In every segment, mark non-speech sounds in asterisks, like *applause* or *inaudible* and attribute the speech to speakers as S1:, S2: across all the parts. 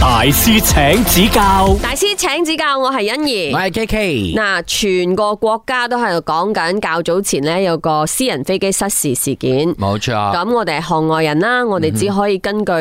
S1: 大師請指教，
S2: 大師請指教，我係欣
S3: 我
S2: 怡。
S3: 係 K K，
S2: 嗱，全個國家都喺度講緊，較早前呢，有個私人飛機失事事件。
S3: 冇錯，
S2: 咁我哋係行外人啦，我哋只可以根據誒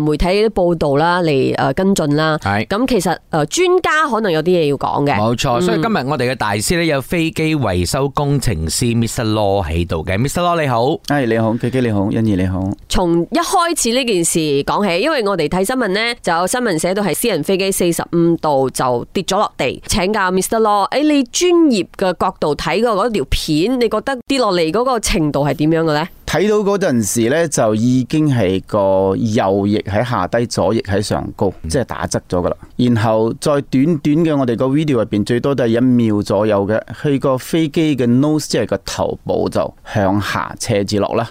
S2: 媒體啲報道啦嚟誒跟進啦。
S3: 係
S2: 咁其實誒專家可能有啲嘢要講嘅。
S3: 啊冇錯。所以今日我哋嘅大師咧有飛機維修工程師 Mr. Law 喺度嘅，Mr. Law 你好。
S4: 哎，你好，K K 你好，欣怡你好，
S2: 從一開始呢件事講起，因為我哋睇新聞呢，就有新聞寫到係私人飛機四十五度就跌咗落地。請教 Mr. Law，誒、你專業嘅角度睇過嗰條片，你覺得跌落嚟嗰個程度係點樣嘅呢？
S4: 睇到嗰陣時呢，就已經係個右翼喺下低，左翼喺上高，即係打側咗噶啦。然後再短短嘅我哋個 video 入邊最多都係一秒左右嘅，佢個飛機嘅 nose 即係個頭部就向下斜住落啦。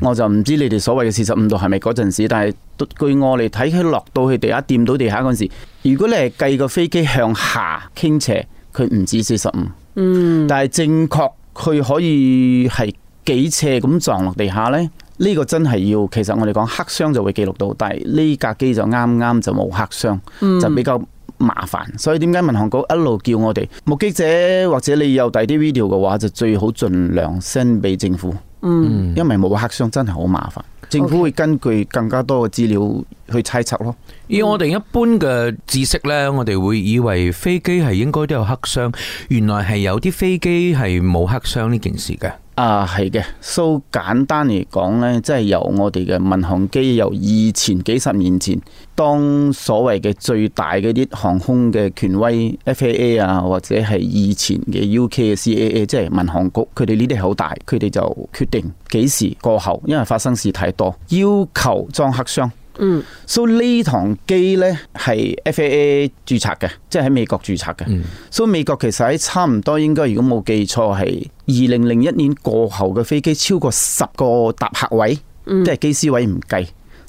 S4: 我就唔知你哋所謂嘅四十五度係咪嗰陣時，但係都據我嚟睇，佢落到去地下掂到地下嗰陣時，如果你係計個飛機向下傾斜，佢唔止四十五。
S2: 嗯
S4: 但係正確佢可以係幾斜咁撞落地下呢？呢、個真係要，其實我哋講黑箱就會記錄到，但係呢架機就啱啱就冇黑箱，
S2: 嗯
S4: 就比較麻煩。所以點解民航局一路叫我哋目擊者或者你有第啲 video 嘅話，就最好盡量 send 俾政府，
S2: 嗯
S4: 因為冇黑箱真係好麻煩。政
S2: OK
S4: 府會根據更加多嘅資料去猜測咯。
S3: 以我哋一般嘅知識呢，我哋會以為飛機係應該都有黑箱，原來係有啲飛機係冇黑箱呢件事嘅。
S4: 啊，係嘅。so 簡單嚟講呢，即係由我哋嘅民航機，由以前幾十年前，當所謂嘅最大嘅啲航空嘅權威 FAA 啊，或者係以前嘅 UK 嘅 CAA，即係民航局，佢哋呢啲係好大，佢哋就決定幾時過後，因為發生事太多，要求裝黑箱。
S2: 嗯，
S4: 所以呢堂機呢係 FAA 註冊嘅，即係喺美國註冊嘅。所以美國其實喺差唔多應該，如果冇記錯係二零零一年過後嘅飛機超過十個搭客位，即係機師位唔計，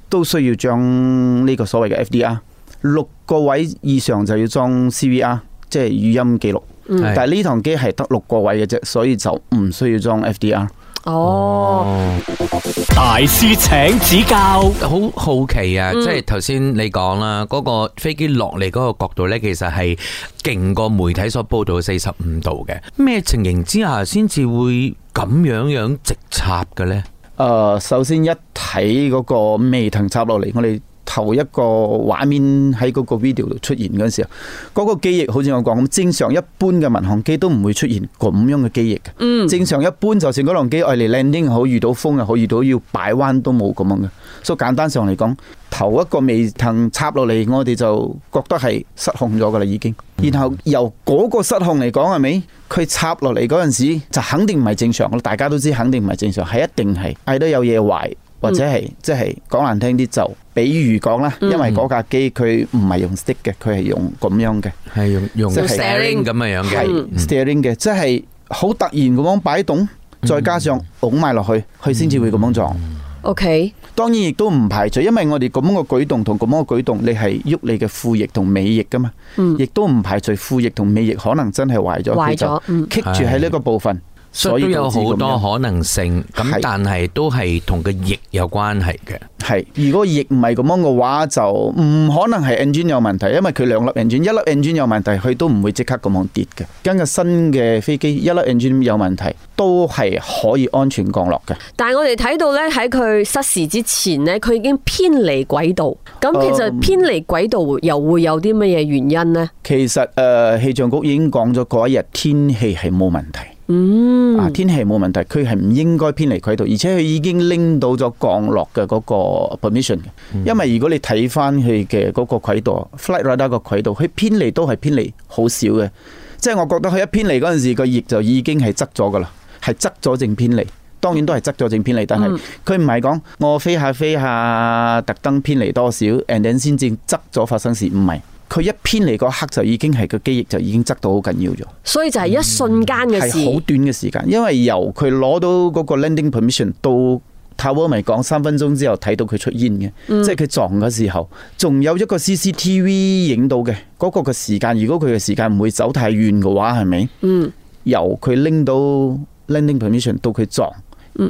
S4: 都需要將呢個所謂嘅 FDR 六個位以上就要裝 CVR，即係語音記錄。
S3: 係
S4: 但係呢堂機係得六個位嘅啫，所以就唔需要裝 FDR。
S2: 哦，
S1: 大師請指教，
S3: 好好奇啊！即係頭先你講啦，嗰、個飛機落嚟嗰個角度呢，其實係勁過媒體所報道四十五度嘅。咩情形之下先至會咁樣樣直插嘅呢？
S4: 誒、呃首先一睇嗰個微藤插落嚟，我哋頭一個畫面喺嗰個 video 度出現嗰陣時候，嗰、個機翼好似我講咁，正常一般嘅民航機都唔會出現咁樣嘅機翼嘅。嗯，正常一般就算嗰輛機愛嚟 landing 好，遇到風又啊好，遇到要擺彎都冇咁樣嘅。所以簡單上嚟講，頭一個微藤插落嚟，我哋就覺得係失控咗噶啦已經。然後由嗰個失控嚟講係咪？佢插落嚟嗰陣時就肯定唔係正常，大家都知肯定唔係正常，係一定係嗌得有嘢壞，或者係即係講難聽啲就，比如講啦，因為嗰架機佢唔係用 stick 嘅，佢係用咁樣嘅，
S3: 係用用
S4: 即係
S3: steering 咁樣樣嘅
S4: 係，steering 嘅，即係好突然咁樣擺動，再加上拱埋落去，佢先至會咁樣撞。
S2: OK，
S4: 當然亦都唔排除，因為我哋咁樣嘅舉動同咁樣嘅舉動，你係喐你嘅副翼同尾翼噶嘛，亦都唔排除副翼同尾翼可能真係壞咗，
S2: 壞
S4: 佢
S2: 咗
S4: 就
S2: 嗯
S4: 棘住喺呢個部分，
S3: 所以都有
S4: 導致
S3: 好
S4: 咁樣
S3: 多可能性。咁
S4: 係
S3: 但係都係同個翼有關係嘅。
S4: 係，如果翼唔係咁樣嘅話，就唔可能係 engine 有問題，因為佢兩粒 engine，一粒 engine 有問題，佢都唔會即刻咁樣跌嘅。跟個新嘅飛機，一粒 engine 有問題，都係可以安全降落嘅。
S2: 但係我哋睇到呢，喺佢失事之前呢，佢已經偏離軌道。咁其實
S4: 嗯
S2: 偏離軌道會又會有啲乜嘢原因呢？
S4: 其實誒、呃、氣象局已經講咗嗰一日天氣係冇問題。
S2: 嗯，
S4: 啊，天氣冇問題，佢係唔應該偏離軌道，而且佢已經拎到咗降落嘅嗰個 permission 嘅。因為如果你睇翻佢嘅嗰個軌道，flight radar 個軌道，佢偏離都係偏離好少嘅，即係我覺得佢一偏離嗰陣時，個翼就已經係側咗噶啦，係側咗正偏離。當然都係側咗正偏離，但係佢唔係講我飛下飛下，特登偏離多少，and then 先至側咗發生事，唔係。佢一偏離嗰刻就已經係個機翼就已經側到好緊要咗。
S2: 所以就係一瞬間嘅
S4: 嗯係
S2: 事。
S4: 好短嘅時間，因為由佢攞到嗰個 landing permission 到 Tower 咪講三分鐘之後睇到佢出煙嘅，
S2: 嗯
S4: 即係佢撞嘅時候，仲有一個 CCTV 影到嘅嗰、個嘅時間。如果佢嘅時間唔會走太遠嘅話，係咪？
S2: 嗯，
S4: 由佢拎到 landing permission 到佢
S2: 嗯
S4: 撞，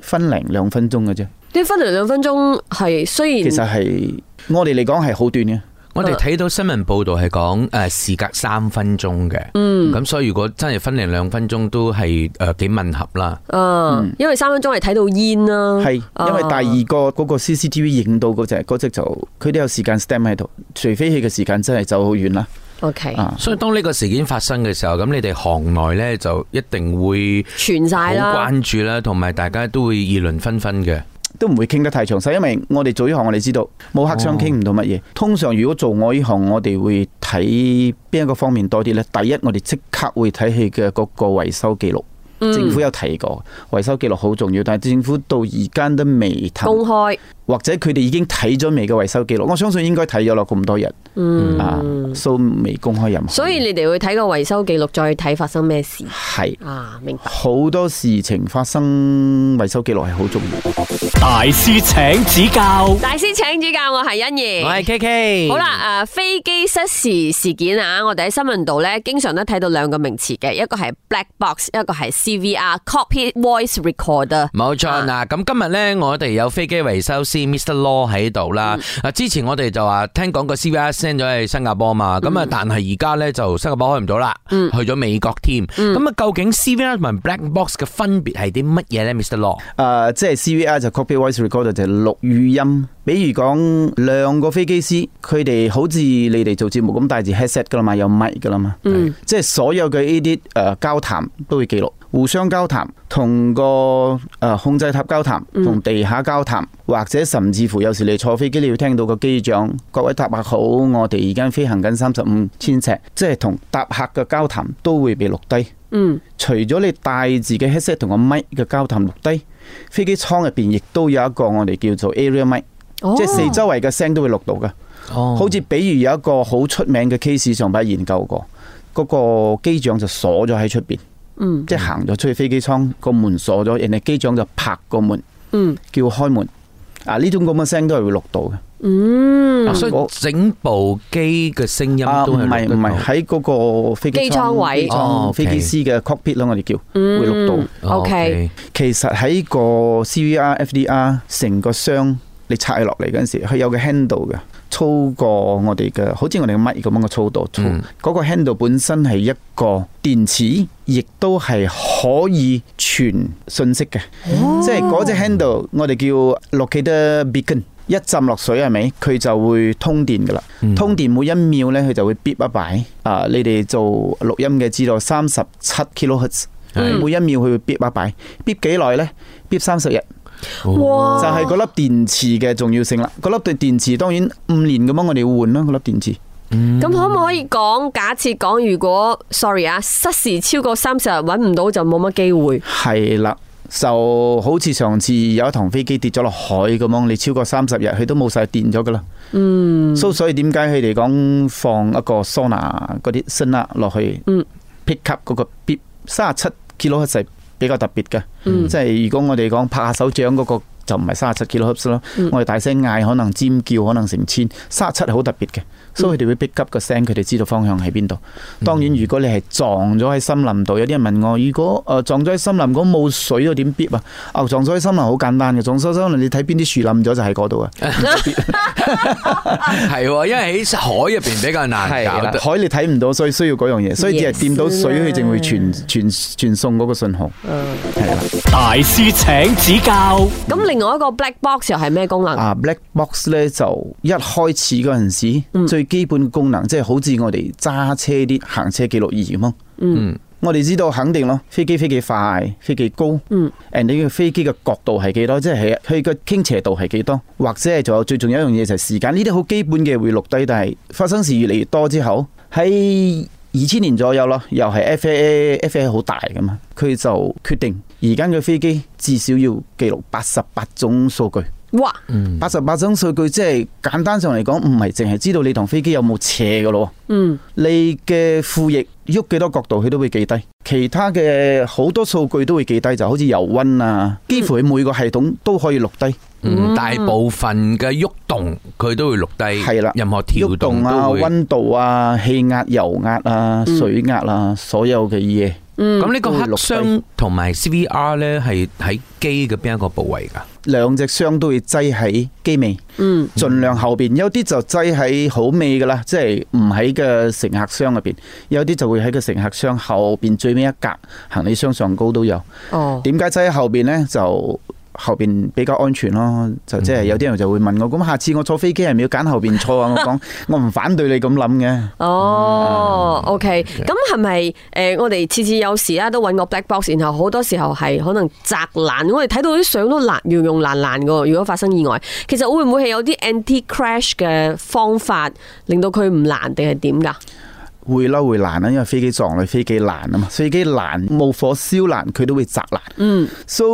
S4: 分零兩分鐘嘅啫。
S2: 呢分零兩分鐘係雖
S4: 其
S2: 然
S4: 實係我哋嚟講係好短嘅。
S3: 我哋睇到新聞報道係講誒時隔三分鐘嘅，嗯，咁所以如果真係分零兩分鐘都係誒幾吻合啦。
S2: 嗯，因為三分鐘係睇到煙啦，
S4: 係，因為第二個嗰個 CCTV 影到嗰只，嗰只就佢都有時間 stamp 喺度，除非佢嘅時間真係走好遠啦。
S2: O K，
S4: 啊
S3: 所以當呢個事件發生嘅時候，咁你哋行內呢就一定會
S2: 全
S3: 好
S2: 晒啦，
S3: 關注啦，同埋大家都會議論紛紛嘅。
S4: 都唔會傾得太詳細，因為我哋做呢行，我哋知道冇黑箱傾唔到乜嘢。通常如果做我呢行，我哋會睇邊一個方面多啲呢？第一，我哋即刻會睇佢嘅嗰個維修記錄。政府有提過維修記錄好重要，但係政府到而家都未
S2: 公
S4: 睇，
S2: 開，
S4: 或者佢哋已經睇咗未嘅維修記錄。我相信應該睇咗落咁多日、啊
S2: 嗯，，
S4: 都未公開任何。
S2: 所以你哋會睇個維修記錄，再睇發生咩事
S4: 係。
S2: 啊？明白。
S4: 好多事情發生，維修記錄係好重要。
S1: 大師請指教，
S2: 大師請指教，我係欣怡。
S3: 我係 K K，
S2: 好啦，誒、飛機失事事件啊，我哋喺新聞度咧，經常都睇到兩個名詞嘅，一個係 black box，一個係 CVR（copy voice recorder）。
S3: 冇錯嗱，咁今日咧，我哋有飛機維修師 Mr. Law 喺度啦。啊，之前我哋就話聽講個 CVR send 咗去新加坡嘛，咁啊，但係而家咧就新加坡開唔到啦，去咗美國添。咁啊，究竟 CVR 同埋 Black Box 嘅分別係啲乜嘢咧，Mr. Law？
S4: 誒、呃即係 CVR 就 copy voice recorder 就係錄語音。比如講兩個飛機師，佢哋好似你哋做節目咁戴住 headset 噶啦嘛，有咪噶啦嘛，
S2: 嗯
S4: 即係所有嘅呢啲誒交談都會記錄，互相交談，同個誒、呃控制塔交談，
S2: 嗯
S4: 同地下交談，或者甚至乎有時你坐飛機你要聽到個機長，各位搭客好，我哋而家飛行緊三十五千尺，即係同搭客嘅交談都會被錄低。
S2: 嗯，
S4: 除咗你帶自己 headset 同個咪嘅交談錄低，飛機艙入邊亦都有一個我哋叫做 area mic，、
S2: 哦
S4: 即係四周圍嘅聲都會錄到嘅。
S3: 哦
S4: 好似比如有一個好出名嘅 case 上排研究過，嗰、個機長就鎖咗喺出邊，
S2: 嗯
S4: 即係行咗出去飛機艙個門鎖咗，人哋機長就拍個門
S2: 嗯
S4: 叫開門。啊！呢種咁嘅聲都係會錄到嘅，
S2: 嗯，
S3: 所以
S4: 我
S3: 整部機嘅聲音
S4: 啊
S3: 都
S4: 唔
S3: 係
S4: 係
S3: 錄得
S4: 唔係
S3: 到
S4: 喺嗰個飛機
S2: 機艙位
S4: 機
S3: 哦
S4: 艙
S3: ，OK
S4: 飛機師嘅 cockpit 啦，我哋叫會錄到。
S2: 嗯
S3: 哦
S2: OK。
S4: 其實喺個 CVR、FDR 成個箱你拆落嚟嗰陣時，佢有個 handle 嘅，粗過我哋嘅，好似我哋嘅咪咁樣嘅粗度。粗嗰、
S3: 嗯
S4: 個 handle 本身係一個電池，亦都係可以傳信息嘅，即係嗰只 handle 我哋叫 locator beacon。一浸落水係咪？佢就會通電噶啦。
S3: 嗯
S4: 通電每一秒呢，佢就會 beep 一擺。啊，你哋做錄音嘅知道三十七 kilohertz。
S3: 係
S4: 啊每一秒佢會 b 一擺 b 幾耐呢 b 三十日，就
S2: 哇，
S4: 係嗰粒電池嘅重要性啦。嗰粒對電池當然五年咁樣，我哋要換啦。嗰粒電池
S2: 咁可唔可以講？假設講，如果 sorry 啊，失事超過三十日揾唔到就冇乜機會。
S4: 係啦，就好似上次有一堂飛機跌咗落海咁樣，你超過三十日，佢都冇晒電咗噶啦。嗯，所所以點解佢哋講放一個 s o 嗰啲聲啦落去，
S2: 嗯
S4: pick up 嗰個 b 三十七 kilo 係比較特別嘅。即係如果我哋講拍下手掌嗰個就唔係三十七 kilohertz 咯，我哋大聲嗌可能尖叫可能成千，三十七係好特別嘅，所以佢哋會逼急個聲，佢哋知道方向喺邊度。當然如果你係撞咗喺森林度，有啲人問我，如果誒、呃撞咗喺森林，如果冇水又點 bip 啊？哦，撞咗喺森林好簡單嘅，撞咗喺森林你睇邊啲樹冧咗就喺嗰度啊。
S3: 係喎，因為喺海入邊比較難搞
S4: 啦
S3: 得。
S4: 海你睇唔到，所以需要嗰樣嘢，所以只係掂到水佢淨會傳傳傳送嗰個信號。係啦。
S1: 大師請指教，
S2: 咁另外一個 black box 又係咩功能？
S4: 啊，black box 咧就一開始嗰陣時、最基本嘅功能，即係好似我哋揸車啲行車記錄儀咁咯。
S3: 嗯，
S4: 我哋知道肯定咯，飛機飛幾快，飛幾高，
S2: 嗯
S4: ，and 呢個飛機嘅角度係幾多，即係佢嘅傾斜度係幾多，或者係仲有最重要一樣嘢就係時間，呢啲好基本嘅會錄低，但係發生事越嚟越多之後，喺二千年左右咯，又係 FAA，FAA 好大噶嘛，佢就決定而家嘅飛機至少要記錄八十八種數據。
S2: 哇，
S4: 八十八種數據，即係簡單上嚟講，唔係淨係知道你同飛機有冇斜嘅咯。
S2: 嗯，
S4: 你嘅副翼喐幾多角度，佢都會記低。其他嘅好多數據都會記低，就好似油温啊，幾乎佢每個系統都可以錄低。
S3: 嗯，大部分嘅喐動佢都會錄低，
S4: 係啦
S3: 任何跳
S4: 喐
S3: 動
S4: 動啊、
S3: 都會。
S4: 温度啊、氣壓、油壓啊、水壓啊，所有嘅嘢
S3: 咁呢個
S4: 都會錄
S3: 黑
S4: 低
S3: 箱同埋 CVR 咧係喺機嘅邊一個部位㗎？
S4: 兩隻箱都會擠喺機尾，嗯，盡量後邊，有啲就擠喺好尾噶啦，即係唔喺個乘客箱入邊，有啲就會喺個乘客箱後邊最尾一格行李箱上高都有。
S2: 哦，
S4: 點解擠喺後邊呢？就後邊比較安全咯，就即係有啲人就會問我，咁下次我坐飛機係咪要揀後邊坐啊？我 *laughs* 講我唔反對你咁諗嘅。
S2: 哦，OK，咁係咪诶？我哋次次有時啦，都揾個 black box，然後好多時候係可能砸爛，我哋睇到啲相都爛，要用爛爛噶。如果發生意外，其實會唔會係有啲 anti crash 嘅方法，令到佢唔爛定係點㗎？
S4: 會啦，會爛啦，啊因為飛機撞落去飛機爛啊嘛，飛機爛冇火燒爛，佢都會砸爛。嗯，so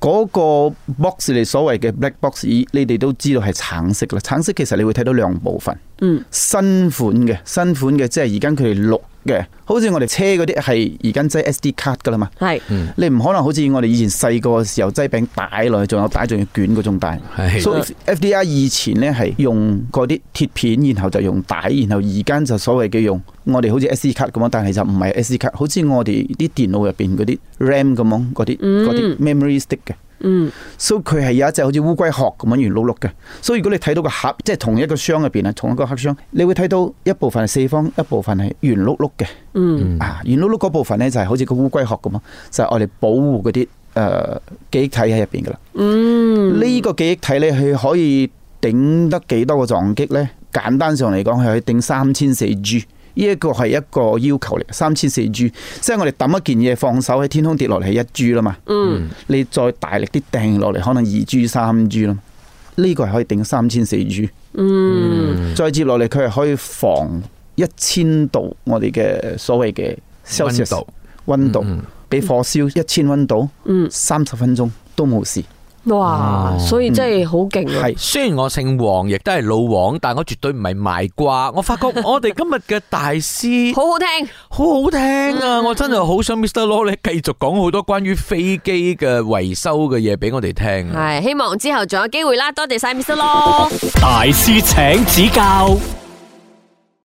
S4: 嗰個 box 你所謂嘅 black box，咦你哋都知道係橙色啦。橙色其實你會睇到兩部分。嗯，新款嘅新款嘅，即係而家佢哋綠嘅，好似我哋車嗰啲係而家擠 SD 卡噶啦嘛。
S2: 係
S4: 嗯你唔可能好似我哋以前細個嘅時候擠餅帶落去，仲有帶仲要捲嗰種帶。
S3: 係
S4: 所以 FDR 以前呢係用嗰啲鐵片，然後就用帶，然後而家就所謂嘅用我哋好似 SD 卡咁樣，但係就唔係 SD 卡，好似我哋啲電腦入邊嗰啲 RAM 咁樣嗰啲嗰啲 memory stick 嘅。
S2: 嗯，
S4: 所以佢係有一隻好似烏龜殼咁樣圓碌碌嘅，所以如果你睇到個盒，即係同一個箱入邊啊，同一個黑箱，你會睇到一部分係四方，一部分係圓碌碌嘅。嗯，啊，圓碌碌嗰部分咧就係好似個烏龜殼咁啊，就係我哋保護嗰啲誒記憶體喺入邊噶啦。嗯，呢個記憶體咧，佢可以頂得幾多個撞擊咧？簡單上嚟講，係可以頂三千四 G。呢一個係一個要求嚟，三千四 G，即係我哋抌一件嘢放手喺天空跌落嚟係一 G 啦嘛。嗯，你再大力啲掟落嚟，可能二 G、三 G 啦嘛。呢、個係可以頂三千四 G。嗯，再接落嚟佢係可以防一千度我哋嘅所謂嘅
S3: 溫
S4: Celsius
S3: 度
S4: 温度
S3: 嗯嗯，嗯
S4: 俾火燒一千温度，三十分鐘都冇事。
S2: 嗯哇，所以真係好勁啊！
S4: 係
S3: 雖然我姓黃，亦都係老黃，但我絕對唔係賣瓜。我
S4: *laughs*
S3: 發覺我哋今日嘅大師
S2: 好好聽。
S3: 好好聽啊！
S4: 嗯
S3: 我真係好想 Mr. Law 咧繼續講好多關於飛機嘅維修嘅嘢俾我哋聽啊！
S2: 系，希望之後仲有機會啦，多謝晒 Mr. 咯。
S1: 大師請指教。